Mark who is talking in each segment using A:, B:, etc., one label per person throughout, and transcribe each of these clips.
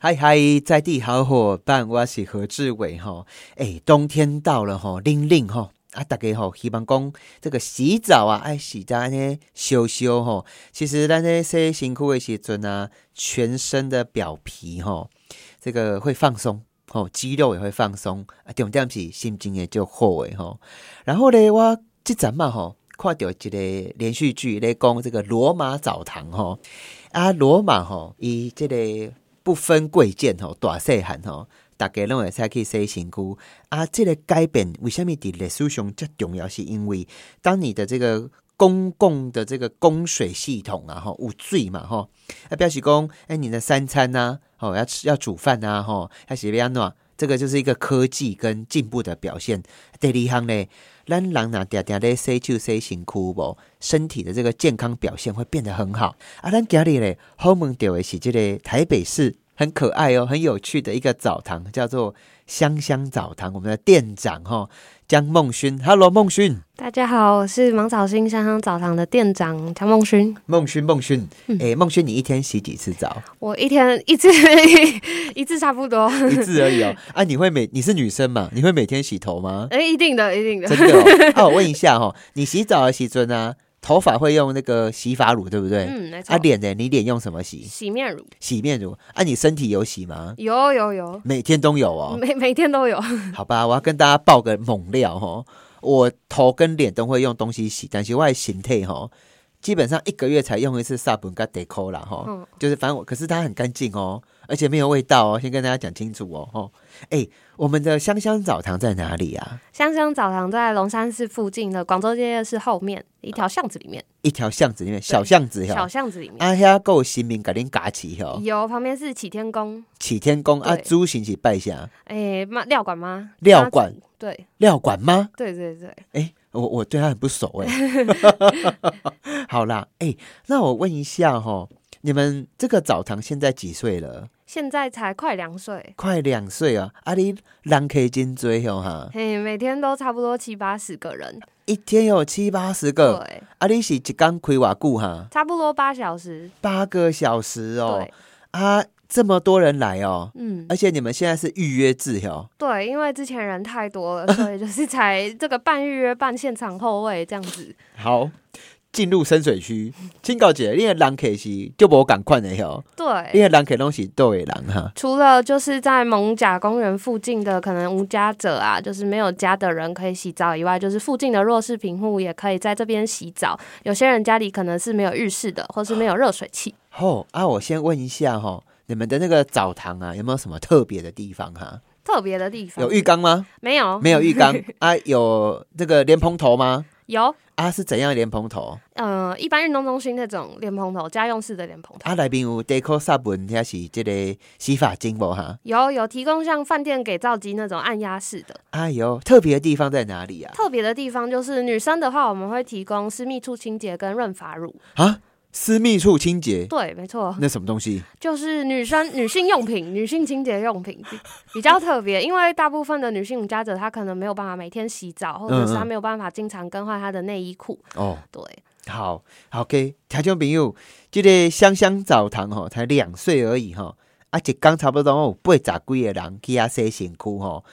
A: 嗨嗨，在地好伙伴，我是何志伟哈。哎，冬天到了哈，令令哈啊，大家吼希望讲这个洗澡啊，爱洗到安尼修修吼。其实咱咧洗身躯的时阵啊，全身的表皮吼，这个会放松。吼、肌肉也会放松，啊，重点是心情也就好诶吼。然后咧，我即阵嘛吼，看到一个连续剧咧讲这个罗马澡堂吼，啊，罗马吼，伊即个不分贵贱吼，大细汉吼，大家拢会使去洗身躯。啊，即、个改变为什物伫历史上遮重要？是因为当你的这个公共的这个供水系统啊，吼，有水嘛，吼，啊，表示讲，哎、你的三餐呐、吼、要吃要煮饭呐、吼，要洗要安怎？这个就是一个科技跟进步的表现。第二项呢，咱人呐，定定咧洗手洗身躯无，身体的这个健康表现会变得很好。啊，咱今日咧好问到的是这个台北市很可爱哦、很有趣的一个澡堂，叫做香香澡堂。我们的店长吼、江梦勋，Hello，梦勋。
B: 大家好，我是芒草星香香澡堂的店长乔梦勋。
A: 孟勋，孟勋，诶，孟勋，你一天洗几次澡？
B: 我一天一次 一次差不多，
A: 一次而已哦。啊，你会每你是女生嘛？你会每天洗头 吗？
B: 哎、一定的，一定的
A: 真。的哦。啊，我问一下哦，你洗澡的时阵啊，头发会用那个洗发乳对不对？
B: 嗯，没错。
A: 啊，脸呢？你脸用什么洗？
B: 洗面乳
A: 洗面乳。啊，你身体有洗吗？
B: 有有有，
A: 每天都有哦。
B: 每每天都有。
A: 好吧，我要跟大家爆个猛料哦。我头跟脸都会用东西洗，但是我的形态哦，基本上一个月才用一次萨本跟 d e c o 啦哈。
B: 嗯，
A: 就是反正我，可是它很干净哦，而且没有味道哦。先跟大家讲清楚哦，哦，哎，我们的香香澡堂在哪里啊？
B: 香香澡堂在龙山寺附近的广州街夜市后面一条巷子里面，
A: 一条巷子里面，小巷子
B: 小
A: 哈。
B: 巷子里面。
A: 啊，哦遐够神明甲恁嘎起吼，
B: 有旁边是启天宫，
A: 启天宫啊，
B: 对
A: 主神是拜啥？
B: 哎、妈廖管妈，
A: 廖管
B: 妈祖，对
A: 廖管吗？
B: 对对对，
A: 哎，我我对他很不熟 哎。好啦，哎，那我问一下哈、你们这个澡堂现在几岁了？
B: 现在才快两岁，
A: 快两岁啊！啊，你人可以真追哦哈，
B: 嘿、每天都差不多七八十个人，
A: 一天有七八十个，
B: 对，
A: 啊，你是一天开偌久哈、
B: 差不多八小时，
A: 八个小时哦
B: 对，，
A: 啊，这么多人来哦，
B: 嗯，
A: 而且你们现在是预约制哦，
B: 对，因为之前人太多了，所以就是才这个半预约半现场后位这样 子。
A: 好，进入深水区，清告姐，你的人客是就无赶快的哦，你
B: 对，
A: 的人客拢是倒的人哈，
B: 除了就是在蒙甲公园附近的可能无家者啊，就是没有家的人可以洗澡以外，就是附近的弱势贫户也可以在这边洗澡。有些人家里可能是没有浴室的，或是没有热水器。
A: 吼、啊，我先问一下哈、你们的那个澡堂啊，有没有什么特别的地方哈、
B: 特别的地方
A: 有浴缸吗？
B: 没有？
A: 没有浴缸啊？有这个莲蓬头吗？
B: 有，
A: 啊，是怎样的莲蓬头？
B: 嗯、一般运动中心那种莲蓬头，家用式的莲蓬头，
A: 啊，内面有 deco 沙文，还是这个洗发精无哈？
B: 有有提供像饭店给皂机那种按压式的。
A: 哎呦，特别的地方在哪里啊？
B: 特别的地方就是女生的话，我们会提供私密处清洁跟润发乳。
A: 啊，私密处清洁
B: 对，没错，
A: 那什么东西？
B: 就是女生女性用品、女性清洁用品比比较特别，因为大部分的女性家者她可能没有办法每天洗澡，或者
A: 嗯
B: 是
A: 嗯
B: 她没有办法经常更换她的内衣裤。
A: 哦，
B: 对，
A: 好好给听众朋友，这个香香澡堂吼、才两岁而已吼、啊，一天差不多有八十几个人去遐洗身躯吼、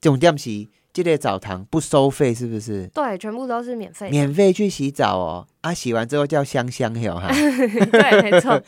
A: 重点是这个澡堂不收费，是不是？
B: 对，全部都是免费的。
A: 免费去洗澡哦，啊，洗完之后叫香香哟哈。
B: 对，没错。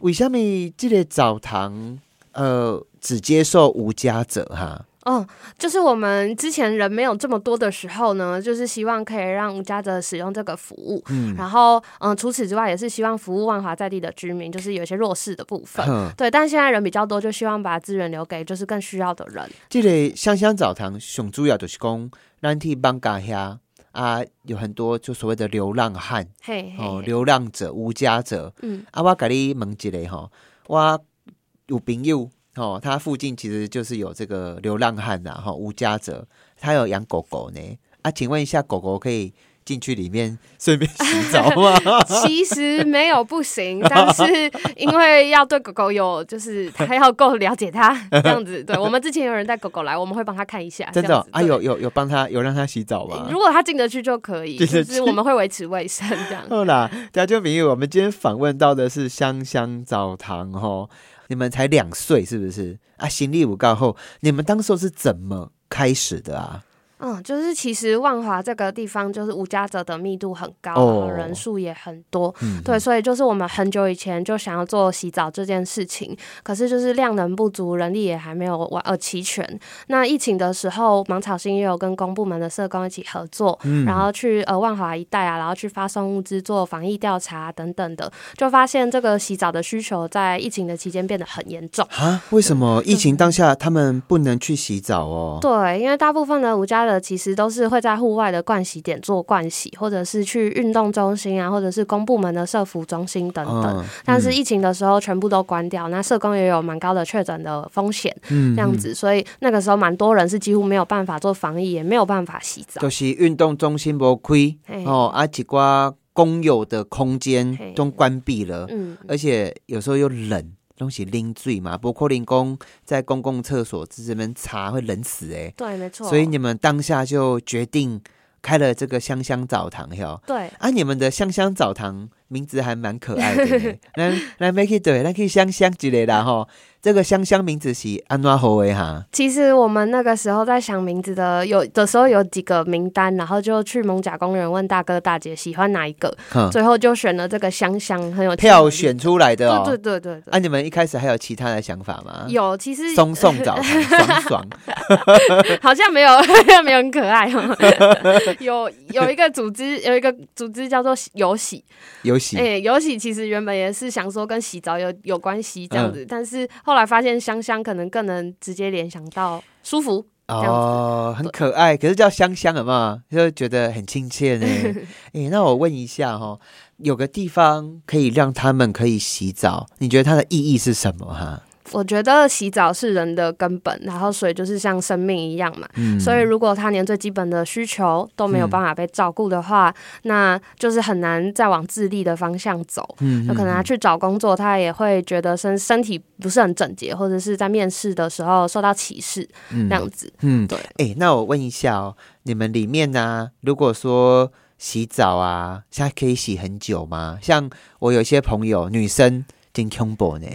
A: 为什么这个澡堂呃只接受无家者哈？
B: 嗯，就是我们之前人没有这么多的时候呢，就是希望可以让无家者使用这个服务。
A: 嗯
B: 然后，嗯，除此之外，也是希望服务万华在地的居民，就是有一些弱势的部分。
A: 哼
B: 对，但现在人比较多，就希望把资源留给就是更需要的人。
A: 这个香香澡堂上主要就是讲，咱去邦嘎遐啊，有很多就所谓的流浪汉
B: 嘿嘿，
A: 哦，流浪者、无家者
B: 嗯，
A: 啊。我甲你问一个吼，我有朋友哦，他附近其实就是有这个流浪汉呐、啊，哈、无家者，他有养狗狗呢啊。请问一下，狗狗可以进去里面顺便洗澡 吗？
B: 其实没有不行，但 是因为要对狗狗有，就是还要够了解它这样子。对我们之前有人带狗狗来，我们会帮他看一下，
A: 真
B: 这
A: 的哦
B: 样子
A: 啊，有。有有帮他有让他洗澡
B: 对
A: 吗？
B: 如果它进得去就可以，
A: 进得
B: 就
A: 去
B: 是我们会维持卫生这样。
A: 好啦，家就明，我们今天访问到的是香香澡堂哦。你们才两岁是不是？啊，行李五告后，你们当时候是怎么开始的啊？
B: 嗯，就是其实万华这个地方就是无家者的密度很高，
A: 哦
B: 然后人数也很多，
A: 嗯，
B: 对，所以就是我们很久以前就想要做洗澡这件事情，可是就是量能不足，人力也还没有完呃齐全。那疫情的时候，芒草星也有跟公部门的社工一起合作，
A: 嗯
B: 然后去呃万华一带啊，然后去发送物资、做防疫调查等等的，就发现这个洗澡的需求在疫情的期间变得很严重。
A: 啊，为什么疫情当下他们不能去洗澡哦？
B: 对，因为大部分的无家者其实都是会在户外的盥洗点做盥洗，或者是去运动中心啊，或者是公部门的社服中心等等。
A: 嗯，
B: 啊但是疫情的时候全部都关掉，那社工也有蛮高的确诊的风险，
A: 嗯
B: 这样，子，所以那个时候蛮多人是几乎没有办法做防疫，也没有办法洗
A: 嗯
B: 澡。
A: 就是运动中心无开
B: 嘿
A: 哦，啊，几瓜公有的空间
B: 嘿
A: 都关闭了，
B: 嗯，
A: 而且有时候又冷。东西拎醉嘛，包括林工在公共厕所这边擦会冷死哎、
B: 对，没错。
A: 所以你们当下就决定开了这个香香澡堂哟。
B: 对
A: 啊，你们的香香澡堂名字还蛮可爱的呢，来来 make it 对，来去香香之类的吼。这个香香名字是安怎好的哈？
B: 其实我们那个时候在想名字的，有的时候有几个名单，然后就去蒙甲公园问大哥大姐喜欢哪一个，
A: 哼，
B: 最后就选了这个香香，很有
A: 嗯票
B: 气质。
A: 选出来的哦。
B: 对对对对对。
A: 啊，你们一开始还有其他的想法吗？
B: 有，其实
A: 松松澡堂，爽爽。
B: 好像没有， 没有很可爱 哦。有有一个组织，有一个组织叫做洗有洗，
A: 有喜、
B: 哎、有洗其实原本也是想说跟洗澡有有关系
A: 嗯
B: 这样子，但是后来发现香香可能更能直接联想到舒服。样子
A: 哦，很可爱，可是叫香香了嘛，就觉得很亲切呢。诶、那我问一下哈、哦，有个地方可以让他们可以洗澡，你觉得它的意义是什么哈？
B: 我觉得洗澡是人的根本，然后水就是像生命一样嘛。
A: 嗯
B: 所以，如果他连最基本的需求都没有办法被照顾的话，
A: 嗯
B: 那就是很难再往自立的方向走。
A: 嗯
B: 有可能他去找工作，他也会觉得身身体不是很整洁，或者是在面试的时候受到歧视
A: 嗯
B: 这样子。
A: 嗯，
B: 对
A: 诶、那我问一下哦，你们里面呢、如果说洗澡啊，现在可以洗很久吗？像我有一些朋友，女生。挺恐怖 呢，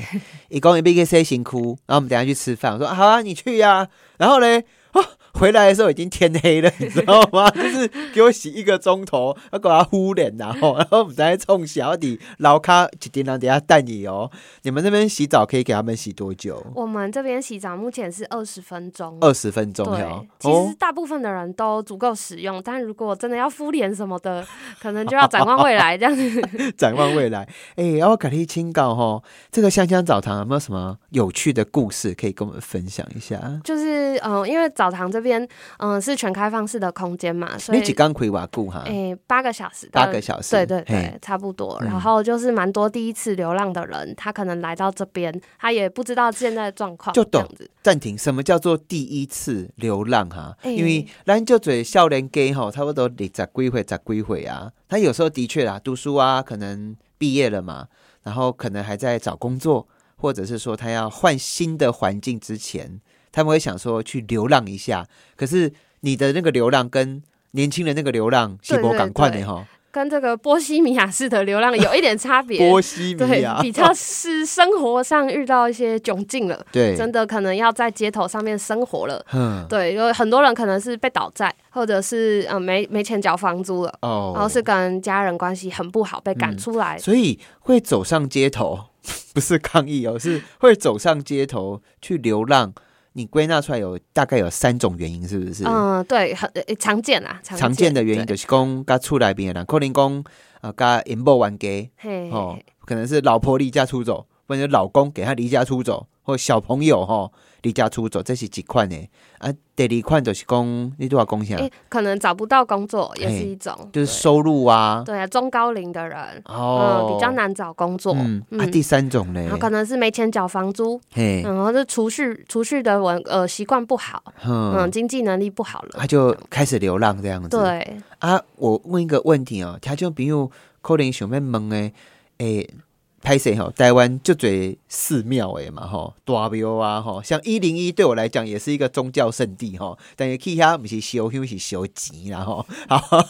A: 一共一 B K C 辛苦，然后我们等一下去吃饭，我说、啊好啊，你去呀、然后嘞，哦，回来的时候已经天黑 了，你知道吗？就是给我洗一个钟头，要给他敷脸，然后，然后我们在冲小底老咖一定让等下带你哦。你们那边洗澡可以给他们洗多久？
B: 我们这边洗澡目前是二十分钟，
A: 二十分钟哦
B: 对
A: 哟，。
B: 其实大部分的人都足够使用，但如果真的要敷脸什 么的，可能就要展望未来这样 子。
A: 展望未来。哎、然后凯丽清告吼，这个香香澡堂有没有什么有趣的故事可以跟我们分享一下？啊
B: 就是嗯、呃因为澡堂这边嗯、呃是全开放式的空间嘛，所
A: 你
B: 以
A: 几刚回瓦固哈？
B: 诶八个小时到
A: 啊八个小时，
B: 对对
A: 嘿
B: 对，差不多。
A: 嗯
B: 然后就是蛮多第一次流浪的人，他可能来到这边，他也不知道现在的状况，
A: 就
B: 这
A: 懂
B: 样子。
A: 暂停。什么叫做第一次流浪哈？
B: 哎
A: 因为咱就嘴少年家吼，差不多你十几岁、十几岁啊。他有时候的确啦，读书啊，可能毕业了嘛，然后可能还在找工作，或者是说他要换新的环境之前，他们会想说去流浪一下。可是你的那个流浪跟年轻人那个流浪，
B: 对
A: 是不赶快
B: 对
A: 的哈，
B: 跟这个波西米亚式的流浪有一点差别。
A: 波西米
B: 对，
A: 亚，
B: 比较是生活上遇到一些窘境了，
A: 对，
B: 真的可能要在街头上面生活了。
A: 哼，
B: 对，有很多人可能是被倒债，或者是嗯没没钱缴房租了，
A: 哦，嗯
B: 然后是跟家人关系很不好，被赶出来。
A: 所以会走上街头， 不是抗议哦，是会走上街头去流浪。你归纳出来有大概有三种原因，是不是？
B: 嗯，对，很、呃常见啊，常
A: 常见的原因
B: 对
A: 就是讲跟厝内边的人，可能讲啊，跟因某冤家
B: 嘿
A: 哦，可能是老婆离家出走，或者老公给他离家出走，或小朋友吼、离家出走，这是一款的啊。第二款就是讲你都要讲啥，
B: 诶可能找不到工作也
A: 嘿
B: 是一种，
A: 就是
B: 对
A: 收入啊，
B: 对啊，中高龄的人，
A: 哦、
B: 嗯，比较难找工作，
A: 嗯，啊，
B: 嗯
A: 第三种呢
B: 然后，嗯可能是没钱缴房租，
A: 嘿，
B: 然后是储蓄储蓄的文呃习惯不好，嗯，经济能力不好了
A: 他，就开始流浪这样子。
B: 对，
A: 啊，我问一个问题哦，听众朋友可能想要问的，诶、拍谁吼？台湾就最寺庙诶嘛吼，大庙啊吼，像一零一对我来讲也是一个宗教圣地吼，但是去遐不是修香是修钱啦吼， 好，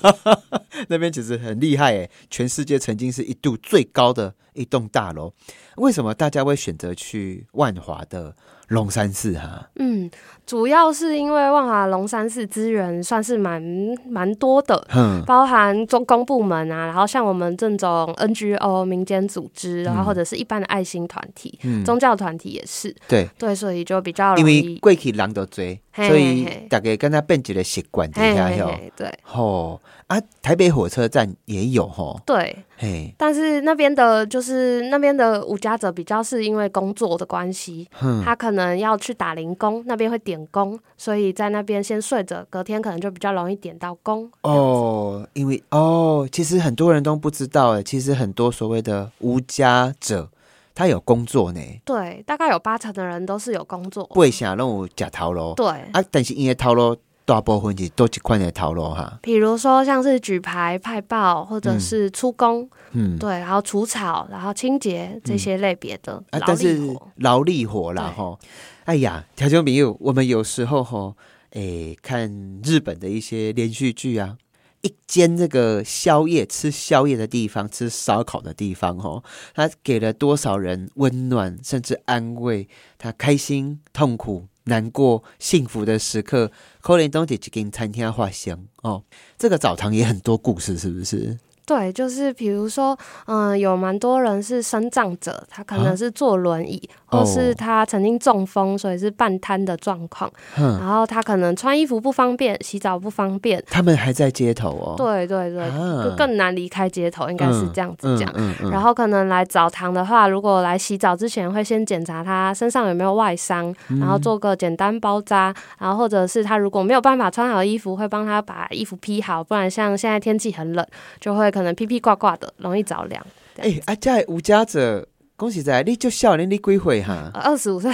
A: 那边其实很厉害诶，全世界曾经是一度最高的一栋大楼。为什么大家会选择去万华的龙山寺、啊哈，
B: 嗯，主要是因为万华龙山寺资源算是蛮蛮多的，
A: 哼，
B: 包含中公部门啊，然后像我们这种 NGO 民间组织，然后或者是一般的爱心团体、
A: 嗯，
B: 宗教团体也是，
A: 对，
B: 对，所以就比较
A: 因
B: 容
A: 为
B: 易。
A: 过去人都多，
B: 嘿
A: 所以
B: 嘿
A: 大家跟他变一个习惯底
B: 嘿
A: 下
B: 嘿
A: 哟。
B: 嘿，对
A: 吼、啊，台北火车站也有吼，
B: 对，
A: 嘿，
B: 但是那边的，就是那边的无家者比较是因为工作的关系，
A: 哼，
B: 他可能要去打零工，那边会点工，所以在那边先睡着，隔天可能就比较容易点到工。
A: 哦，因为哦，其实很多人都不知道诶，其实很多所谓的无家者，他有工作呢，
B: 对，大概有八成的人都是有工作。
A: 不会想让我假头路
B: 对，
A: 啊，但是因为头路大部分是多一款的头路哈，
B: 比如说像是举牌、派报，或者是出工，
A: 嗯，
B: 对，然后除草，然后清洁这些类别的
A: 啊，
B: 劳
A: 但
B: 力
A: 是
B: 活。
A: 劳力活啦
B: 对
A: 吼。哎呀，条件朋友，我们有时候吼，诶，看日本的一些连续剧啊，一间这个宵夜吃宵夜的地方，吃烧烤的地方吼，他给了多少人温暖甚至安慰，他开心、痛苦、难过、幸福的时刻，可能都得去跟餐厅画像哦。这个澡堂也很多故事，是不是？
B: 对，就是比如说，嗯、有蛮多人是身障者，他可
A: 啊
B: 能是坐轮椅，
A: 哦
B: 或是他曾经中风，所以是半瘫的状况。
A: 哼，
B: 然后他可能穿衣服不方便，洗澡不方便。
A: 他们还在街头哦。
B: 对对对，
A: 啊
B: 就更难离开街头，应该是这样子
A: 嗯
B: 讲。
A: 嗯嗯
B: 然后可能来澡堂的话，如果来洗澡之前会先检查他身上有没有外伤，
A: 嗯
B: 然后做个简单包扎，然后或者是他如果没有办法穿好衣服，会帮他把衣服披好，不然像现在天气很冷，就会可能披披挂挂的，容易着凉。
A: 诶、啊，遮有家者，讲实在，你就少年，你几岁哈、
B: 二十五岁，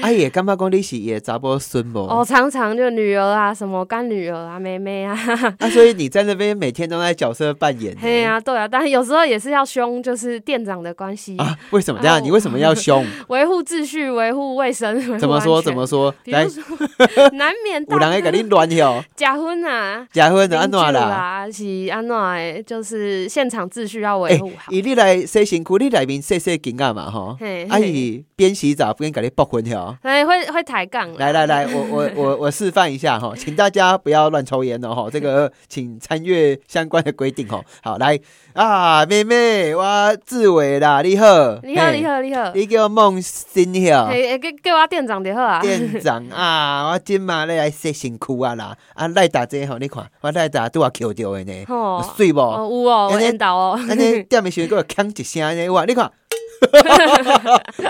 A: 啊，伊会感觉讲你是伊的查甫孙无？
B: 我、常常就女儿啊，什么干女儿啊、妹妹啊，
A: 啊，所以你在那边每天都在角色扮演呢。
B: 嘿啊，对啊，但有时候也是要凶，就是店长的关系，
A: 啊，为什么
B: 啊
A: 这样？
B: 我
A: 你为什么要 凶？
B: 维护秩序、维护卫生、维护
A: 怎么说？
B: 安全
A: 怎么？说？
B: 比
A: 来
B: 如，说， 难免
A: 有人会给你乱哦，
B: 假婚啊，
A: 结婚
B: 邻
A: 就安
B: 居
A: 怎啦？
B: 啦，是安怎的？就是现场秩序要维
A: 诶
B: 护好。
A: 伊你来洗身躯，你内面洗洗囡仔嘛吼。
B: 嘿
A: 啊，
B: 嘿
A: 伊边洗澡边给你爆婚哦。
B: 哎，会会抬杠啦，
A: 来来来，我我我我示范一下哈，请大家不要乱抽烟哦哈，这个请参阅相关的规定哦。好，来啊，妹妹，我志伟啦，你好，
B: 你好，
A: 嘿
B: 你，好，你好，
A: 你叫孟新晓
B: 哎，给给我店长就好啊。
A: 店长啊，我今嘛要来洗身躯啊啦，啊赖打这吼、你看我赖打都啊扣掉的呢，
B: 哦
A: 有哎水
B: 哦，
A: 无？
B: 有哦，
A: 安
B: 我
A: 尼
B: 引导哦，
A: 安尼店的时候给我吭一声呢，哇，你 看。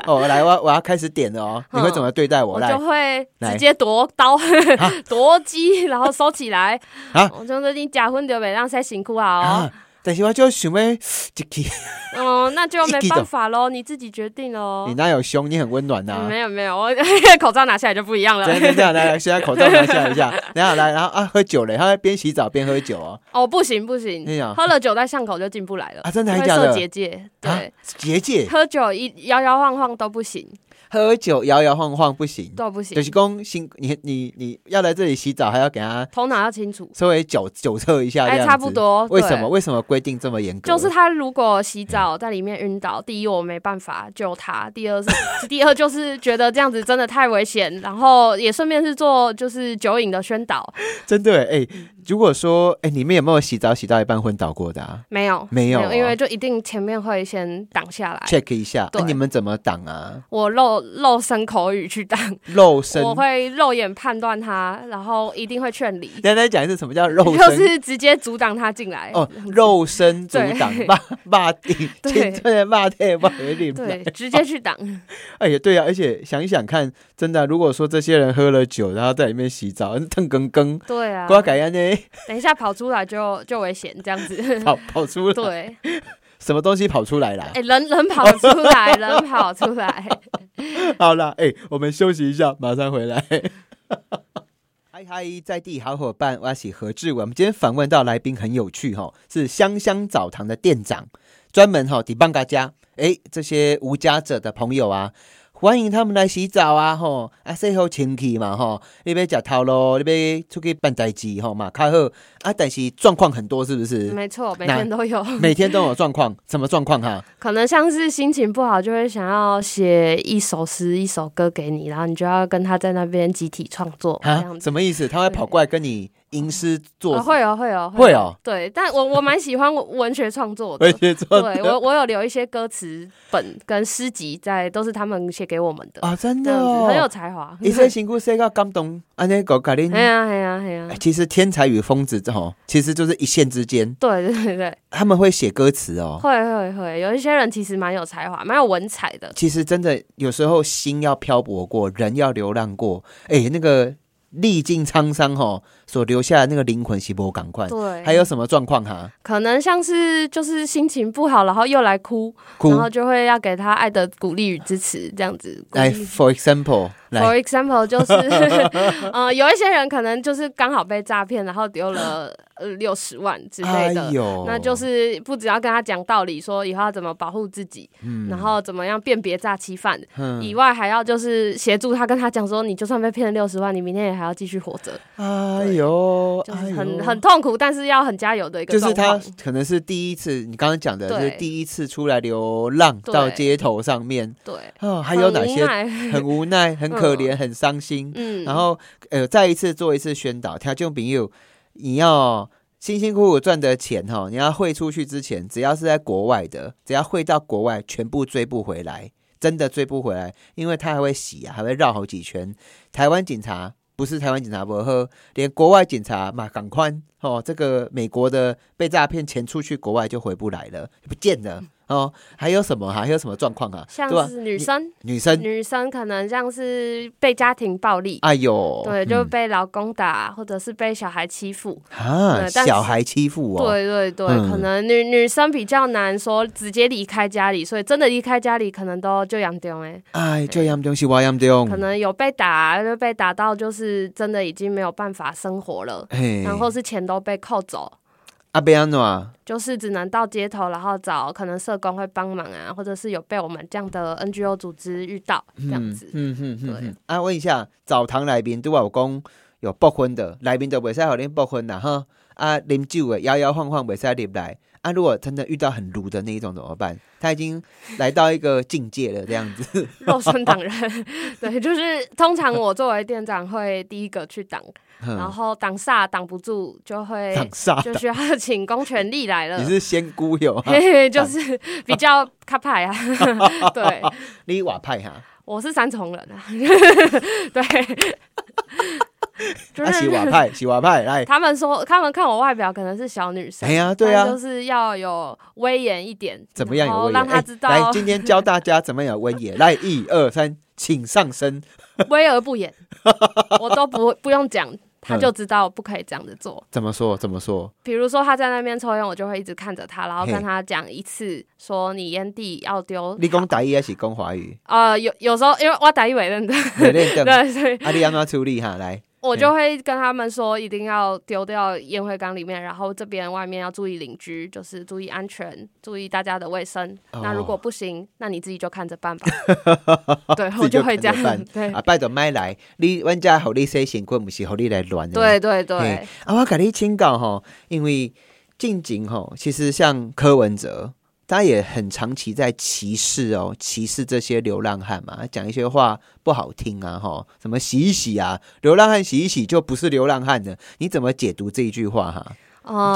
A: 哦，来，我我要开始点了哦，你会怎么对待我？
B: 我
A: 来
B: 就，会
A: 来
B: 直接夺刀、 夺鸡，然后收起来。哦
A: 啊
B: 我就说你假婚就别让晒辛苦啊哦。
A: 啊，但是我就想要一起
B: 嗯，那就没
A: 一击的
B: 办法喽，你自己决定喽
A: 你。哪有凶？你很温暖呐、
B: 嗯哦没有没有，我 口罩拿下来就不一样了。
A: 等一下等一下，来来，现在口罩拿下一 下，等一下来，然后啊，喝酒嘞，他会边洗澡边喝酒哦，
B: 哦，不行不行
A: 哎呀，
B: 喝了酒在巷口就进不来了
A: 啊真的还
B: 会
A: 假的
B: 设结界，对，
A: 啊结界，
B: 喝酒一摇摇晃晃都不行，
A: 喝酒摇摇晃晃不行，
B: 都不行，
A: 就是公辛你你你要来这里洗澡，还要给他
B: 头脑要清楚。
A: 稍微酒酒测一下，
B: 哎，差不。多。
A: 为
B: 对
A: 什么？？为什么规定这么严格？
B: 就是他如果洗澡在里面晕倒，第一我没办法救他，第二是第二就是觉得这样子真的太危险，然后也顺便是做就是酒瘾的宣导，
A: 真的哎、如果说哎、你们有没有洗澡洗到一半昏倒过的、啊、
B: 没有
A: 没有啊
B: 因为就一定前面会先挡下来，
A: ？check 一下，那、
B: 哎对
A: 你们怎么挡啊？
B: 我露露声口语去挡，
A: 肉身，
B: 我会肉眼判断他，然后一定会劝 离。
A: 来来讲一次什么叫肉身？
B: 就是直接阻挡他进来。
A: 哦，肉身阻
B: 对
A: 挡 霸霸地，
B: 对
A: 青春的霸地霸有点
B: 对，直接去挡。
A: 哎呀，对啊，而且想一想看，真的啊、如果说这些人喝了酒，然后在里面洗澡， 腾更更，
B: 对啊，
A: 瓜改安呢，
B: 等一下跑出来就就危险，这样 子。
A: 跑跑出来，
B: 对，
A: 什么东西跑出来啦
B: 哎、？人人跑出 来，人跑出来。
A: 好啦，哎、我们休息一下，马上回来。 嗨嗨，在地好伙伴，我是何志文。我们今天访问到来宾很有趣哈、哦，是香香澡堂的店长，专门哈、哦、抵帮大家，哎，这些无家者的朋友啊，欢迎他们来洗澡啊，吼，啊，洗好清气嘛，吼，你要食头路，你要出去办代志，吼嘛，较好啊，但是状况很多，是不是？
B: 没错，每天都有。
A: 每天都有状况，什么状况哈？
B: 可能像是心情不好，就会想要写一首诗、一首歌给你，然后你就要跟他在那边集体创作这
A: 啊
B: 样，子。
A: 什么意思？他会跑过来跟你吟诗作
B: 哦，会哦，会哦，
A: 会哎哦。
B: 对，但我我蛮喜欢文学创作 的
A: 文。学作
B: 对我，我有留一些歌词本跟诗集在，都是他们写给我们的，
A: 啊，真
B: 这
A: 的
B: 样子很有
A: 哦，
B: 才华。
A: 一生辛苦，谁到感动？安尼搞搞你。
B: 哎呀，哎呀，哎呀
A: 嗯哎，其实天才与疯子吼，其实就是一线之间。
B: 对对对对，
A: 他们会写歌词哦。
B: 会会会，有一些人其实蛮有才华，蛮有文采的。
A: 其实真的有时候心要漂泊过，人要流浪过，哎，那个历尽沧桑吼、所留下的那个灵魂是不赶快。
B: 对，
A: 还有什么状况哈？
B: 可能像是就是心情不好，然后又来哭，
A: 哭
B: 然，后就会要给他爱的鼓励与支持，这样子。鼓
A: 来
B: 励
A: 哎，for example，来
B: For example，就是 呃，有一些人可能就是刚好被诈骗，然后丢了呃六十万之类的。
A: 哎呦
B: 那就是不只要跟他讲道理，说以后要怎么保护自己，
A: 嗯
B: 然后怎么样辨别诈欺犯，以外还要就是协助他，跟他讲说，你就算被骗了六十万，你明天也还要继续活着，
A: 哎呦，
B: 就是
A: 哎呦
B: 很很痛苦，但是要很加油的一个
A: 就
B: 状
A: 是他
B: 况。
A: 可能是第一次，你刚刚讲的
B: 对
A: 就是第一次出来流浪
B: 对
A: 到街头上面
B: 对，
A: 哦，还有哪些
B: 很无奈
A: 很无奈、很可怜、很伤心？
B: 嗯，
A: 然后呃，再一次做一次宣导，条件朋友，你要辛辛苦苦赚的钱哈、你要汇出去之前，只要是在国外的，只要汇到国外，全部追不回来，真的追不回来，因为他还会洗啊，还会绕好几圈。台湾警察不是台湾警察不喝，连国外警察嘛，赶快哦，这个美国的被诈骗钱出去国外就回不来了，不见了。哦，还有什么、还有什么状况啊？呃
B: 像
A: 对吧？
B: 是女生，
A: 女生，
B: 女生可能像是被家庭暴力，
A: 哎呦，
B: 对，就
A: 嗯
B: 被老公打，或者是被小孩欺负。
A: 啊，
B: 嗯对但
A: 小
B: 是
A: 孩欺负哦，
B: 对对对，
A: 嗯
B: 可能女女生比较难说直接离开家里，所以真的离开家里，可能都就养丢哎，
A: 哎，这样东西我样东，
B: 可能有被打，就被打到就是真的已经没有办法生活了，
A: 嘿，
B: 然后是钱都被扣走。
A: 阿贝安诺，
B: 就是只能到街头，然后找可能社工会帮忙啊，或者是有被我们这样的 NGO 组织遇到这样子。
A: 嗯哼哼哼
B: 对，
A: 啊，问一下，澡堂来宾对我讲有爆婚的，来宾都袂使互恁爆婚啦哈，啊，啉酒的摇摇晃晃袂使入来。啊，如果真的遇到很撸的那一种怎么办？他已经来到一个境界了，这样子
B: 肉身挡人，对，就是通常我作为店长会第一个去挡，
A: 嗯
B: 然后挡煞挡不住就会
A: 挡煞
B: 就需要 请公权力来了
A: 你。是仙姑有啊？
B: 嘿嘿，就是比较卡派啊， 对，
A: 你瓦派哈，
B: 我是三重人啊， 对，就
A: 啊，洗
B: 是
A: 瓦 派，洗瓦派来，
B: 他们说，他们看我外表可能是小女生
A: 哎，呀，对啊
B: 但，就是要有威严一点，
A: 怎么样
B: 然
A: 有
B: 后
A: 威严？
B: 让他
A: 哎
B: 知道
A: 来，今天教大家怎么样有威严。来，一二三，请上身。
B: 威而 不言，我都不不用讲，他
A: 嗯
B: 就知道不可以这样子做。
A: 怎么说？怎么说？
B: 比如说他在那边抽烟，我就会一直看着他，然后
A: 嘿
B: 跟他讲一次，说你烟蒂要丢。
A: 你讲台语还是讲华语？
B: 呃，有有时候因为我打一尾认的，
A: 没练等，
B: 对，所以
A: 啊，你安怎处理哈？来，
B: 我就会跟他们说一定要丢掉烟灰缸里面，然后这边外面要注意邻居，就是注意安全，注意大家的卫生。
A: 哦
B: 那如果不行，那你自己就看 着办吧。对，
A: 自
B: 我
A: 己就
B: 就会这
A: 看着办
B: 样。对
A: 啊，拜托麦来，你阮家互你洗身躯，毋是互你来乱。
B: 对对对
A: 嘿，啊，我甲你请教吼，因为近景吼，其实像柯文哲，他也很长期在歧视哦，歧视这些流浪汉嘛，讲一些话不好听啊，吼，什么洗一洗啊，流浪汉洗一洗就不是流浪汉了，你怎么解读这一句话哈？
B: 嗯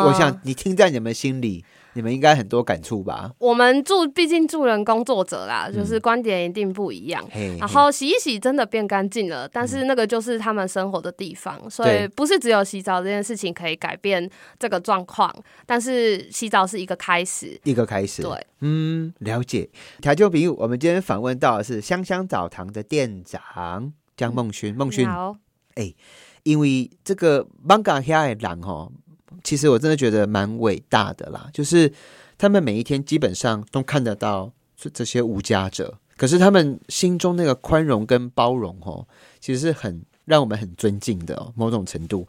A: 我想你听在你们心里，你们应该很多感触吧？
B: 我们助毕竟助人工作者啦，
A: 嗯
B: 就是观点一定不一样。
A: 嘿，
B: 然
A: 嘿
B: 后洗一洗真的变干净了，但是那个就是他们生活的地方，所以
A: 嗯对
B: 不是只有洗澡这件事情可以改变这个状况，但是洗澡是一个开始。
A: 一个开始，
B: 对，
A: 嗯，了解。调酒比武，我们今天访问到的是香香澡堂的店长江梦勋。梦勋，
B: 好，
A: 因为这个芒港遐的人哦，其实我真的觉得蛮伟大的啦，就是他们每一天基本上都看得到这这些无家者，可是他们心中那个宽容跟包容哦，其实是很让我们很尊敬的、哦、某种程度。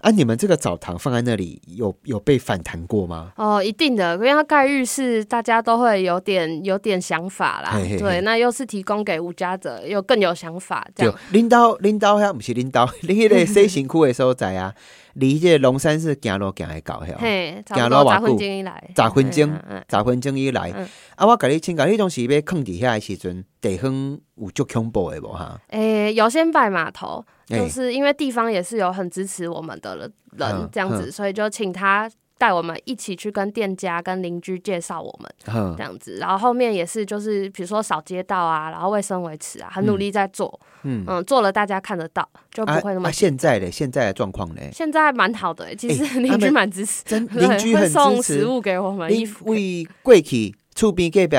A: 啊，你们这个澡堂放在那里有有被反弹过吗？
B: 哦，一定的，因为它盖浴室，大家都会有点有点想法啦。
A: 嘿嘿嘿
B: 对，那又是提供给无家者，又更有想法这
A: 就
B: 样。
A: 领导领导遐毋是领导， 你迄个洗身躯的所在啊，离这个龙山寺行路行会到遐，
B: 嗯嘿，差
A: 走
B: 不
A: 了
B: 多
A: 多
B: 十
A: 久
B: 分钟以来，
A: 十分钟
B: 嗯嗯
A: 十分钟以来
B: 嗯。
A: 啊，我甲你请教，你当时要坑伫遐的时阵，地方有足恐怖的无哈？
B: 诶、有先摆码头，就
A: 诶，
B: 是因为地方也是有很支持我们的人
A: 哎嗯
B: 人这样子，
A: 嗯
B: 所以就请他带我们一起去跟店家、跟邻居介绍我们
A: 哼
B: 这样子。然后后面也是就是比如说扫街道啊，然后卫生维持啊，很努力在做，
A: 嗯，
B: 嗯做了大家看得到，就不
A: 啊
B: 会那么。
A: 啊，现在嘞，现在的状况嘞，
B: 现在蛮好的、欸其
A: 哎
B: 实
A: 他
B: 邻居
A: 们
B: 蛮支持，
A: 真
B: 对
A: 邻居
B: 会
A: 很
B: 送
A: 支
B: 食
A: 持，
B: 物给我们，衣
A: 你
B: 服给。
A: 为过去厝边隔壁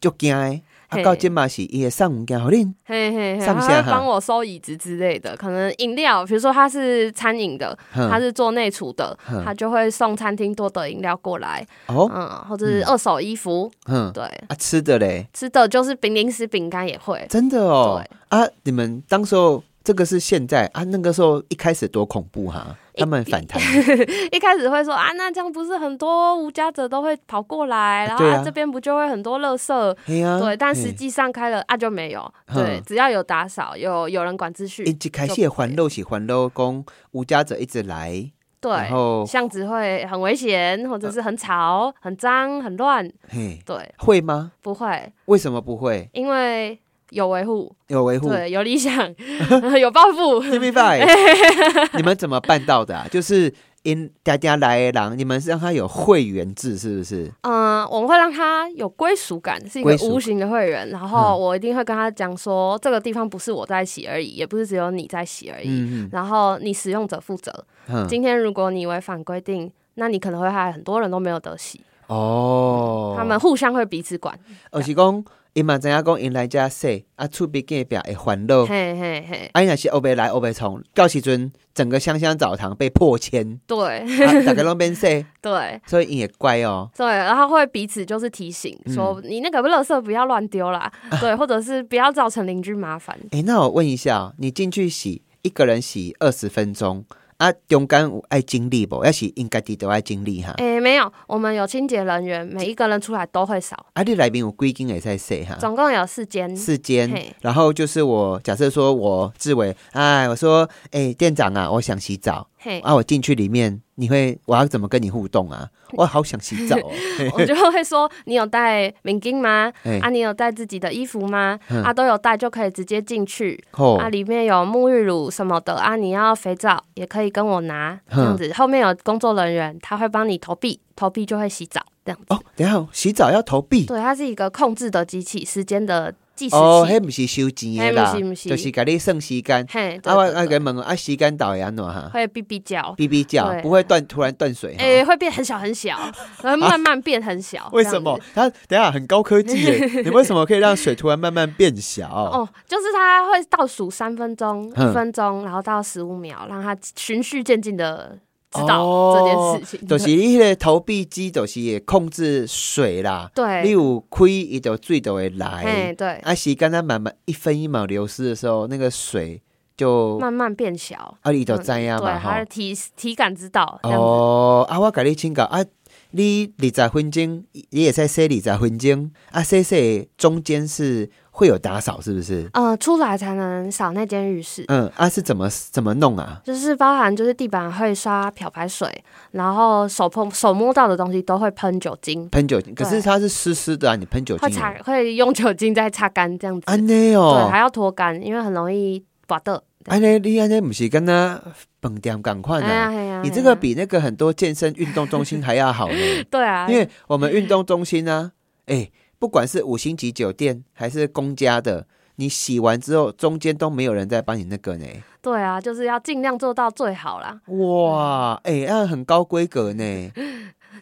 A: 足惊的，啊，
B: 嘿
A: 到即嘛是伊会送物件互恁，
B: 嘿嘿嘿，
A: 上
B: 他
A: 下
B: 会
A: 哈
B: 帮我收椅子之类的，可能饮料，比如说他是餐饮的，
A: 哼
B: 他是做内厨的，
A: 嗯
B: 他就会送餐厅多的饮料过来，
A: 哦，
B: 嗯，或者是二手衣服，
A: 哼，
B: 对，
A: 啊，吃的嘞，
B: 吃的就是饼零食、饼干也会。
A: 真的哦
B: 对，
A: 啊，你们当时候这个是现在啊，那个时候一开始多恐怖哈、
B: 一
A: 他们反弹，
B: 一开始会说啊，那这样不是很多无家者都会跑过来，然后、
A: 对啊
B: 这边不就会很多垃圾？
A: 嘿呀、啊，
B: 对，但
A: 嘿
B: 实际上开了啊就没有，
A: 嗯
B: 对，只要有打扫，有有人管秩序，
A: 一开始的环路是环路，讲无家者一直来，然
B: 对，
A: 后嗯
B: 巷子会很危险，或者是很吵、很脏、很乱，
A: 嘿，
B: 对，
A: 会吗？
B: 不会，
A: 为什么不会？
B: 因为有维护，
A: 有维护
B: 对，有 理想，有抱负，
A: t v Five，你 们怎么办到的、啊？就是因大家来的人，你们是让他有会员制，是不是？
B: 嗯，我们会让他有归属感，是一个
A: 归属感嗯
B: 无形的会员。然后我一定会跟他讲说，这个地方不是我在洗而已，也不是只有你在洗而已。
A: 嗯
B: 然后你使用者负责。
A: 嗯嗯，
B: 今天如果你违反规定，那你可能会害很多人都没有得洗。
A: 哦，
B: 他们互相会彼此管。
A: 而是讲，因嘛知影讲，因来遮说啊，厝边隔壁会烦恼。
B: 嘿嘿嘿，
A: 啊，伊若是后白来后白从，到时阵整个香香澡堂被破 迁，
B: 对
A: 啊、大家拢变说，
B: 对。
A: 所以伊会乖哦。
B: 对，然后会彼此就是提醒
A: 嗯
B: 说，你那个垃圾不要乱丢 啦，对，或者是不要造成邻居麻烦。
A: 诶，哎那我问一下、哦，你进去洗一个人洗二十分钟啊，中间有爱经历无？要是应该己都爱经历哈。
B: 诶、没有，我们有清洁人员，每一个人出来都会扫，
A: 啊，你内面有几间会使洗哈？
B: 总共有四间。
A: 嗯四间
B: 嘿，
A: 然后就是我假设说我志伟，哎，我说，诶，店长啊，我想洗澡
B: 嘿，
A: 啊，我进去里面，你会我要怎么跟你互动啊？我好想洗 澡哦，
B: 我就会说你有带领巾吗？
A: 哎
B: 啊，你有带自己的衣服吗？
A: 嗯哦
B: 啊，都有带就可以直接进去。
A: 吼
B: 啊，里面有沐浴乳什么的啊，你要肥皂也可以跟我拿，
A: 嗯
B: 这样子。后面有工作人员，他会帮你投币，投币就会洗澡，这样。
A: 哦，等一下洗澡要投币
B: 对，它是一个控制的机器，时间的计时
A: 哦，
B: 器。
A: 迄毋是收钱的啦
B: 嘿不是不，是
A: 就是甲你算时间。
B: 嘿，对
A: 啊，我
B: 对
A: 啊，给
B: 对
A: 问啊，时间到会安怎哈？
B: 会哎哔哔叫，
A: 哔哔叫
B: 对
A: 不会断，突然断水哈。
B: 诶，会变很小很小，然后慢慢变很小。
A: 为
B: 这样
A: 什
B: 子
A: 么？它等一下很高科技 耶，你为什么可以让水突然慢慢变小？
B: 哦，就是它会倒数三分钟、
A: 嗯
B: 一分钟，然后到十五秒，让它循序渐进的知道这
A: 哦
B: 件事情。
A: 就是迄个投币机，就是会控制水啦。你
B: 对，
A: 有开，伊就水就会
B: 哎
A: 来。
B: 对，
A: 啊，时间它慢慢一分一秒流失的时候，那个水就
B: 慢慢变小，
A: 啊，你就知影
B: 对，
A: 嘛吼
B: 它的。体体感知道这样子。
A: 哦，啊，我甲你请教啊，你二十分钟，你也在洗二十分钟啊，洗洗中间是会有打扫是不是？
B: 呃，出来才能扫那间浴室。
A: 嗯，啊是怎么怎么弄啊？
B: 就是包含就是地板会刷漂白水，然后手碰手摸到的东西都会喷酒精，
A: 喷酒精，可是
B: 对
A: 它是湿湿的啊，你喷酒
B: 会
A: 精
B: 擦会用酒精再擦干这样子，
A: 安内
B: 对，
A: 哦
B: 还，要拖干，因为很容易刮的。
A: 安内你安内不是跟那饭店赶快
B: 哎呀
A: 啊？
B: 哎呀，
A: 你
B: 哎
A: 这个
B: 呀
A: 比那个很多健身运动中心还要 好呢，
B: 对啊，
A: 因为我们运动中心呢、啊，哎，不管是五星级酒店还是公家的，你洗完之后中间都没有人在帮你那个呢。
B: 对啊，就是要尽量做到最好啦，
A: 哇，哎、
B: 嗯
A: 那很高规格 呢！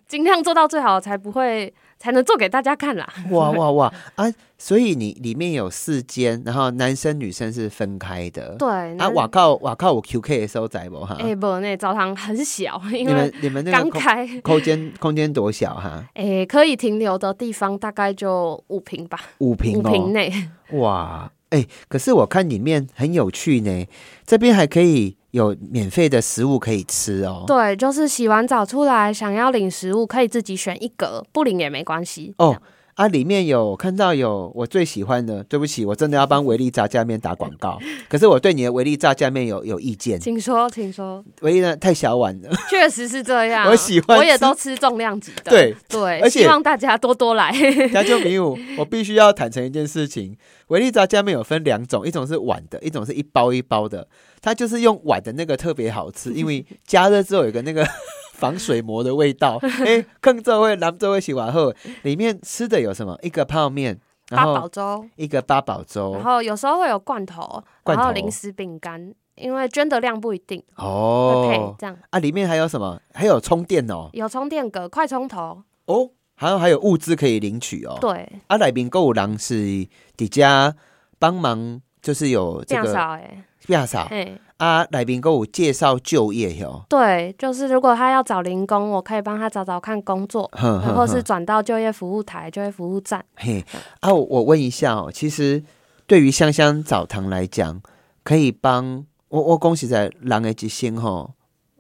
B: 尽量做到最好才不会才能做给大家看啦。
A: 哇哇哇啊！所以你里面有四间，然后男生女生是分开的。
B: 对
A: 啊，
B: 那
A: 瓦靠瓦靠，我 QK 的时候在不哈？
B: 哎不，那澡堂很小，因
A: 你
B: 为
A: 们你们那
B: 刚
A: 个空
B: 开，
A: 空间空间多小哈？
B: 哎可以停留的地方大概就五平吧，
A: 五平
B: 五平
A: 哦，
B: 内。
A: 哇！哎、可是我看里面很有趣呢，这边还可以有免费的食物可以吃哦。
B: 对，就是洗完澡出来想要领食物，可以自己选一格，不领也没关系。
A: 哦啊，里面有看到有我最喜欢的，对不起，我真的要帮维力炸酱面打广 告。可是我对你的维力炸酱面有有意见，
B: 请说，请说，
A: 维力呢太小碗了，
B: 确实是这样。
A: 我喜欢
B: 我也
A: 吃
B: 都吃重量级的。
A: 对
B: 对，
A: 而且
B: 希望大家多多来。
A: 家就比武，我必须要坦诚一件事情：维力炸酱面有分两种，一种是碗的，一种是一包一包的。它就是用碗的那个特别好 吃，因为加热之后有一个那个 防水膜的味 道。哎、更这会南这会洗完后，里面吃的有什么？一个泡面，然
B: 八宝
A: 后
B: 粥，
A: 一个八宝粥
B: 然。后有时候会有罐头，
A: 哦罐
B: 然后
A: 头
B: 零食饼干，因为捐的量不一定，会配
A: 哦，
B: 这样。
A: 啊，里面还有什么？还有充电哦，
B: 有充电格、快充头，
A: 哦，还有还有物资可以领取哦。
B: 对，
A: 啊，来宾购物郎是底家帮忙，就是有
B: 这
A: 这
B: 样
A: 个
B: 少哎，
A: 亚嫂。
B: 嘿，
A: 啊，来宾给我介绍就业哦哟，
B: 对，就是如果他要找零工，我可以帮他找找看工作，
A: 嗯哼哼
B: 或是
A: 哼
B: 转到就业服务台、就业服务站。
A: 嘿啊，我我问一下哦，其实对于香香澡堂来讲，可以帮我我恭喜在狼的之星吼，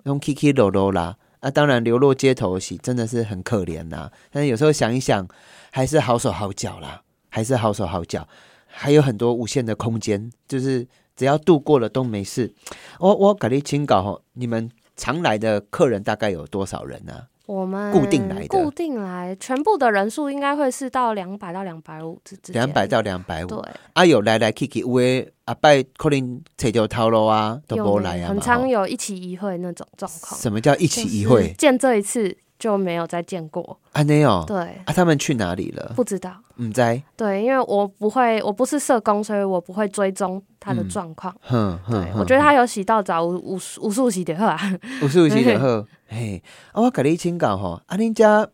A: 用 Kiki 柔柔啦。啊，当然流落街头是真的是很可怜啦，但是有时候想一想，还是好手好脚啦，还是好手好脚，还有很多无限的空间，就是只要度过了都没事。我我给你请搞吼，你们常来的客人大概有多少人呢、啊
B: 我们
A: 固定来的
B: 固定来，全部的人数应该会是到两百到两百五之之间。
A: 两百到两百
B: 对
A: 五，，啊有来来去去，有的阿伯可能找着头路啊，都
B: 有
A: 无
B: 呢
A: 来啊
B: 很
A: 嘛。
B: 常
A: 吼
B: 有一起一会那种状况。
A: 什么叫一
B: 就
A: 起一
B: 是
A: 会？
B: 见这一次就没有再见过。
A: 安内哦，
B: 对，
A: 啊他们去哪里了？
B: 不知道。
A: 唔知，
B: 对，因为我不会，我不是社工，所以我不会追踪他
A: 嗯
B: 的状况。
A: 哼哼
B: 对，
A: 哼，
B: 我觉得他有洗到澡，无无无数洗的啊。
A: 五十五期的后， 嘿，啊我给你请教吼，啊恁家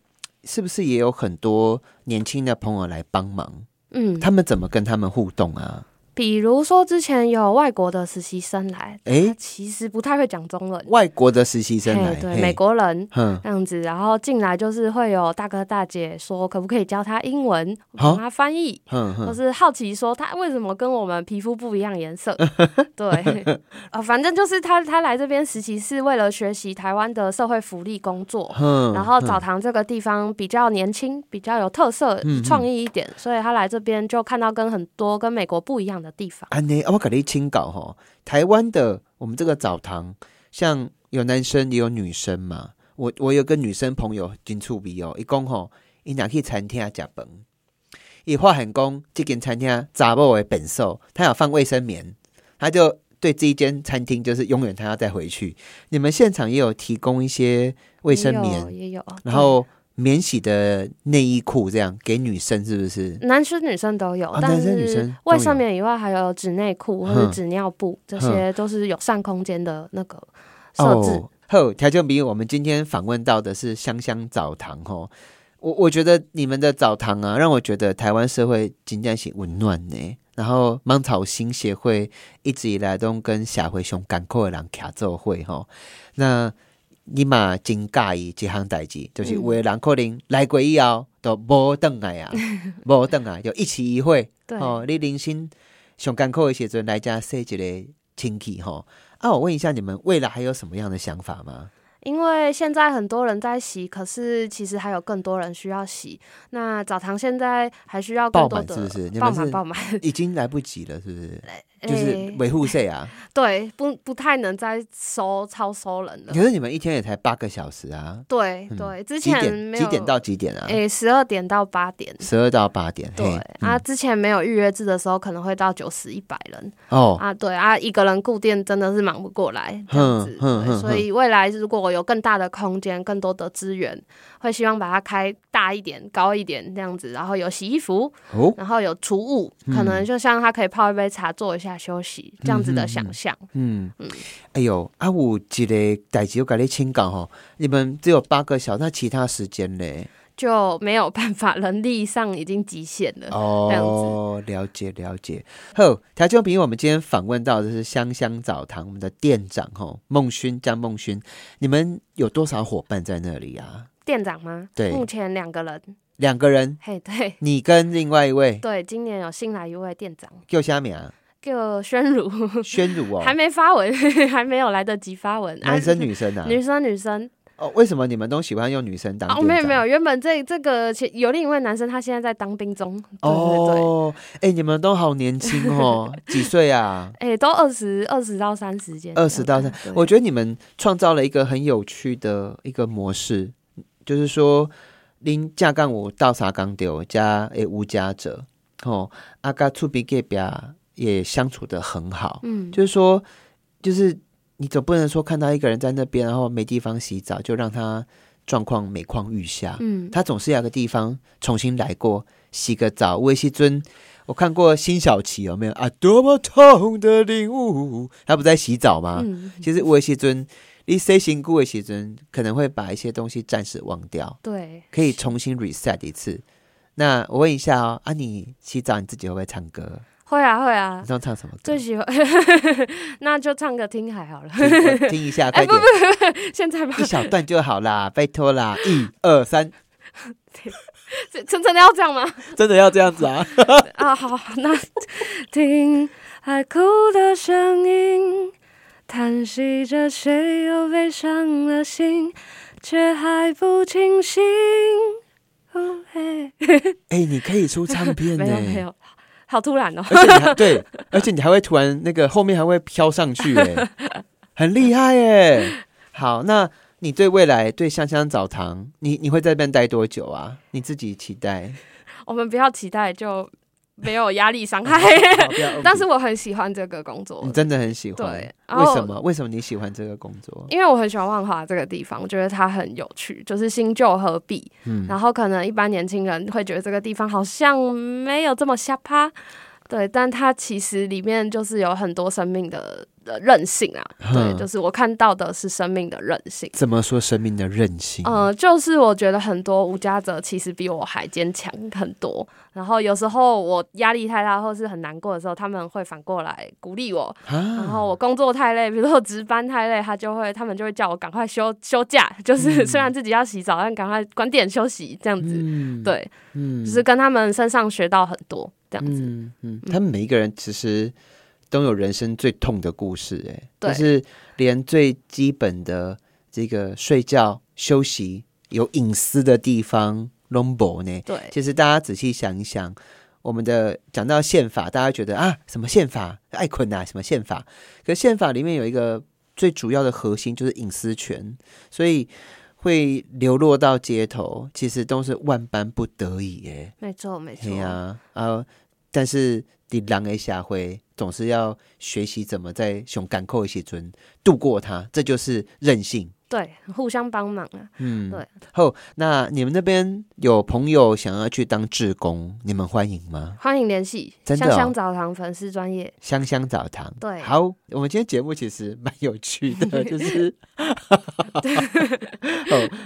A: 是不是也有很多年轻的朋友来帮忙？
B: 嗯，
A: 他们怎么跟他们互动啊？
B: 比如说之前有外国的实习生来，
A: 诶，
B: 其实不太会讲中文，
A: 外国的实习生
B: 啊嘿
A: 来，
B: 对，
A: 嘿
B: 美，国人。
A: 哼，
B: 这样子，然后进来就是会有大哥大姐说，可不可以教他英文，
A: 哦
B: 帮他翻译，
A: 哼
B: 嗯或
A: 哼，
B: 是好奇说他为什么跟我们皮肤不一样颜 色？对，啊，反正就是他他来这边实习是为了学习台湾的社会福利工作，
A: 哼
B: 然后
A: 哼
B: 澡堂这个地方比较年轻，比较有特色
A: 嗯嗯、
B: 创意一点，所以他来这边就看到跟很多跟美国不一样的地方。
A: 安呢，啊我给你清搞吼，台湾的我们这个澡堂，像有男生也有女生嘛。我我有个女生朋友真趣味哦，伊讲吼，伊若去餐厅食饭，伊发现讲这间餐厅查某的本寿，他有放卫生棉，他就对这一间餐厅就是永远他要再回去。你们现场也有提供一些卫生
B: 也有
A: 棉，
B: 也有，哦
A: 然后免洗的内衣裤这样给女生，是不是？
B: 对男生女生都有，
A: 啊
B: 但
A: 男生女生嗯
B: 是
A: 都
B: 卫生
A: 有
B: 棉以外还有纸内裤或者
A: 哼
B: 纸尿布，这
A: 哼
B: 些都是有上空间的那个设置。
A: 嗯哦、好，调酒迷，我们今天访问到的是香香澡堂哦。我我觉得你们的澡堂啊，让我觉得台湾社会真正是温暖呢。然后芒草心协会一直以来都跟社会上艰苦的人徛做伙吼。那你嘛真介意这项代志，就是有的人可能来过以后都无转来啊，无转来就一起一会。
B: 对，
A: 哦，你人生上艰苦的时阵来家说一个亲戚吼。啊，我问一下，你们未来还有什么样的想法 吗？
B: 因为现在很多人在洗，可是其实还有更多人需要洗。那澡堂现在还需要更
A: 爆
B: 多
A: 满
B: 的
A: 是不是？你
B: 爆
A: 们
B: 满
A: 是
B: 爆满，哎
A: 已经来不及了，是不是？就
B: 诶
A: 是维护费 啊。
B: 对，不不太能再收超收人了
A: 可。是你们一天也才八个小时啊，
B: 对
A: 嗯
B: 对，之
A: 几
B: 前
A: 点
B: 没
A: 几
B: 有
A: 点到几点啊？
B: 诶十二点到八点。
A: 十二到八点。
B: 对
A: 嘿嗯
B: 啊，之前没有预约制的时候，可能会到九十、一百人
A: 哦，
B: 啊。对啊，一个人顾店真的是忙不过来这样子。
A: 嗯哼哼
B: 对，
A: 哼
B: 所以未来如果有更大的空间、更多的资源，会希望把它开大一点、高一点这样子。然后有洗衣服，
A: 哦，
B: 然后有储物，
A: 嗯
B: 可能就像他可以泡一杯茶、坐一下休息这样子的想象。
A: 嗯
B: 嗯，
A: 哎呦，啊，有一个代志我跟你请教吼，你们只有八个小时，那其他时间嘞？
B: 就没有办法，人力上已经极限了。这样子
A: 哦，了解了解。好，台中平，我们今天访问到的是香香澡堂，我们的店长吼孟勋张孟勋，你们有多少伙伴在那里啊？
B: 店长吗？
A: 对
B: 目前两 个人。
A: 两个人，
B: 嘿，对
A: 你跟另外一位
B: 对，今年有新来一位店长，
A: 叫虾米啊？
B: 叫宣儒，
A: 宣儒哦，
B: 还没发文， 还没有来得及发文。啊
A: 男生女生啊？
B: 女生女生
A: 哦，为什么你们都喜欢用女生当
B: 啊，
A: 店
B: 没有
A: 长
B: 没有，原本这这个其有另一位男生，他现在在当兵中。对对对。
A: 哦，哎、你们都好年轻哦，几岁啊？
B: 哎、都二十二十到三十间，
A: 20到30
B: 对
A: 我觉得你们创造了一个很有趣的一个模式，就是说，恁架杠有倒啥杠丢加诶无家者，吼阿嘎出比隔壁也相处的很好，
B: 嗯，
A: 就是说，就是你总不能说看到一个人在那边，然后没地方洗澡，就让他状况每况愈下，
B: 嗯，
A: 他总是要有个地方重新来过，洗个澡。我西尊，我看过辛晓琪有没有啊？多么痛的领悟，他不在洗澡吗？
B: 嗯，
A: 其实我西尊，你 say 辛苦的西尊，可能会把一些东西暂时忘掉，
B: 对，
A: 可以重新 reset 一次。那我问一下哦，啊，你洗澡你自己会不会唱歌？
B: 会啊会啊
A: 你，知道唱什么歌
B: 最？喜欢， 那就唱个听海好了，
A: 听听一
B: 哎
A: 下，快点，
B: 现在吧，
A: 一小段就好啦，拜托啦，一二三，
B: 真真真的要这样吗？
A: 真的要这样子啊？
B: 啊，好，那听海哭的声音，叹息着谁又被伤了心，却还不清醒。哦嘿
A: 哎、你可以出唱片欸呢、
B: 没有没有，好突然哦。
A: 而且你还对，而且你还会突然那个后面还会飘上 去、哎，很厉害哎、好，那你对未来对香香澡堂，你你会在这边待多久啊？你自己期待？
B: 我们不要期待，就没有压力伤害。
A: 好不要
B: 哎
A: 嗯
B: 但是我很喜欢这个工作
A: 你，真的很喜欢，
B: 对然
A: 为
B: 后
A: 什么？为什么你喜欢这个工作？
B: 因为我很喜欢万华这个地方，我觉得它很有趣，就是新旧合璧。
A: 嗯，
B: 然后可能一般年轻人会觉得这个地方好像没有这么瞎趴，对，但它其实里面就是有很多生命的的韧性啊，对，
A: 嗯
B: 就是我看到的是生命的韧性。
A: 怎么说生命的韧性？
B: 呃，就是我觉得很多无家者其实比我还坚强很多。然后有时候我压力太大或是很难过的时候，他们会反过来鼓励我。然
A: 啊，
B: 后我工作太累，比如说我值班太累，他就会他们就会叫我赶快休休假，就是虽然自己要洗澡，但赶快晚点休息这样子。
A: 嗯，
B: 对，
A: 嗯
B: 就是跟他们身上学到很多这样子。
A: 嗯嗯，他们每一个人其实都有人生最痛的故事、哎，
B: 对
A: 就是连最基本的这个睡觉、休息、有隐私的地方 l o m b o 呢，
B: 对，
A: 其实大家仔细想一想，我们的讲到宪法，大家觉得啊，什么宪法，爱困啊，什么宪法？可是宪法里面有一个最主要的核心就是隐私权，所以会流落到街头，其实都是万般不得已、哎。
B: 没错没错
A: 对。呀、啊，但是你狼的下回总是要学习怎么在熊干扣一些尊度过它，这就是韧性。
B: 对，互相帮忙啊！
A: 嗯，
B: 对。
A: 后那你们那边有朋友想要去当志工，你们欢迎吗？
B: 欢迎联系
A: 真的
B: 香
A: 哦
B: 香澡堂粉丝专业，
A: 香香澡堂。
B: 对
A: 好，我们今天节目其实蛮有趣 的，就是 哦，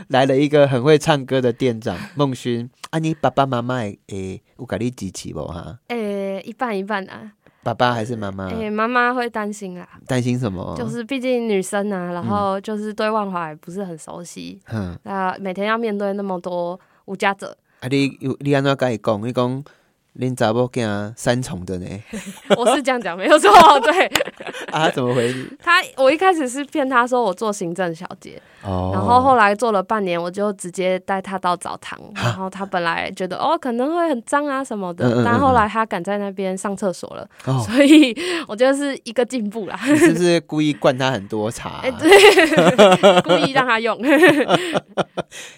A: 来了一个很会唱歌的店长孟勋。啊，你爸爸妈妈诶，诶有给你支持不哈？
B: 诶、一半一半啊。
A: 爸爸还是妈妈？
B: 诶、妈妈会担心啊，
A: 担心什么？
B: 就是毕竟女生啊，然后就是对万华也不是很熟悉，
A: 嗯。
B: 那、每天要面对那么多无家 者，
A: 啊，你有你安怎甲伊讲？你讲恁查某囝三重的呢？
B: 我是这样讲没有错。对
A: 啊，怎么回你？
B: 他，我一开始是骗他说我做行政小姐，
A: 哦
B: 然后后来做了半年，我就直接带他到澡堂，然后他本来觉得哦可能会很脏啊什么
A: 嗯嗯
B: 的
A: 嗯，
B: 但后来他敢在那边上厕所了，
A: 哦，啊
B: 所以我觉得是一个进步啦，
A: 你是不是故意灌他很多茶、啊
B: 哎对， 故意让他用，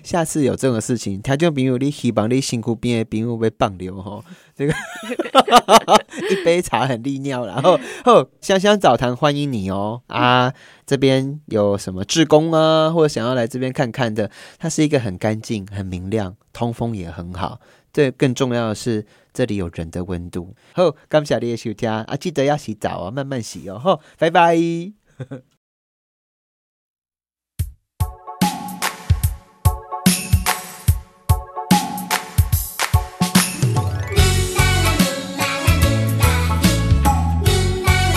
A: 下次有这种事情，听众朋友，你希望你辛苦边的朋友被放流吼，这个 一杯茶很利尿啦，然后后香香澡堂欢迎你哦啊！这边有什么志工啊，或者想要来这边看看的，它是一个很干净、很明亮，通风也很好。对，更重要的是这里有人的温度。后感谢你的收听啊，记得要洗澡啊，慢慢洗哦。吼，拜拜。
C: 「みんならみんならみんなみ」「みんならみんならせいしゅく」「みんならみんならみんなみ」「みんならみんならせいしゅく」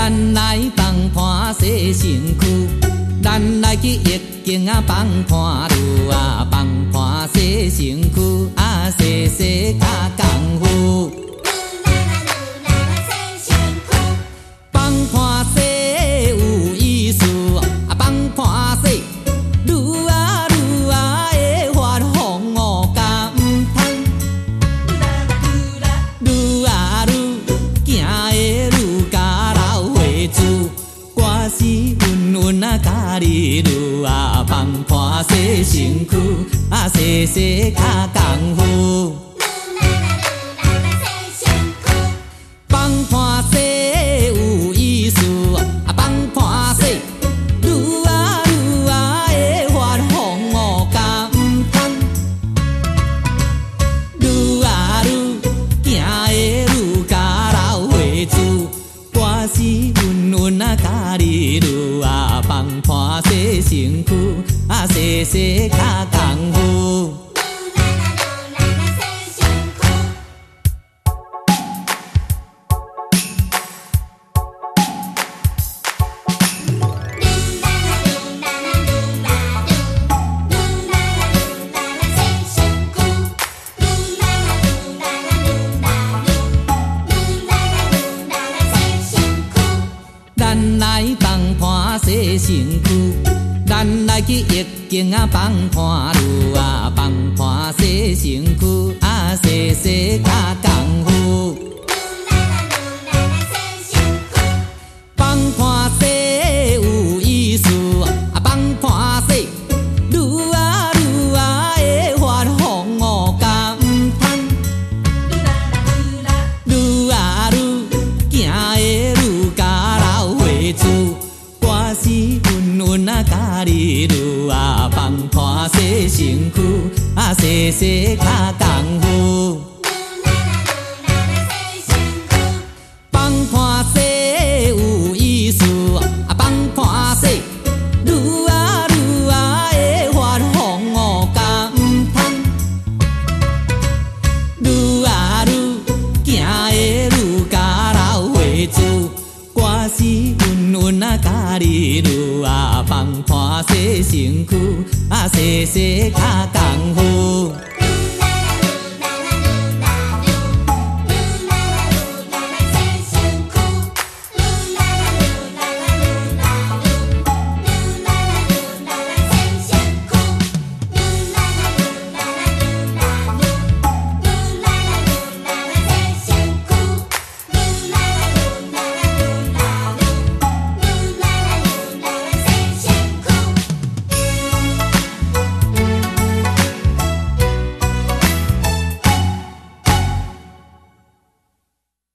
D: 咱来同伴洗身躯，咱来去疫情的啊放盘路啊，放盘洗身躯啊，洗洗甲功夫。放看西有意思，啊放看西，愈啊愈啊会发疯哦，甲毋通。愈啊愈行的愈甲老岁子，我是云云啊甲你愈啊放看西身躯，啊西西较功夫。放看西有意思，啊放看西，愈啊愈啊会发疯哦，甲毋通。愈啊愈行的愈甲老岁子，我是云云啊甲你愈啊放看西身躯，啊西西较功夫。咱来放盘洗身躯，咱来去浴巾啊放盘露啊放盘洗身躯啊洗洗甲功夫。放看西有意思，啊放看西，愈啊愈啊会发疯哦，甲毋通。愈啊愈行的愈甲老岁子，我是云云啊甲你愈啊放看洗身躯，啊洗洗较功夫。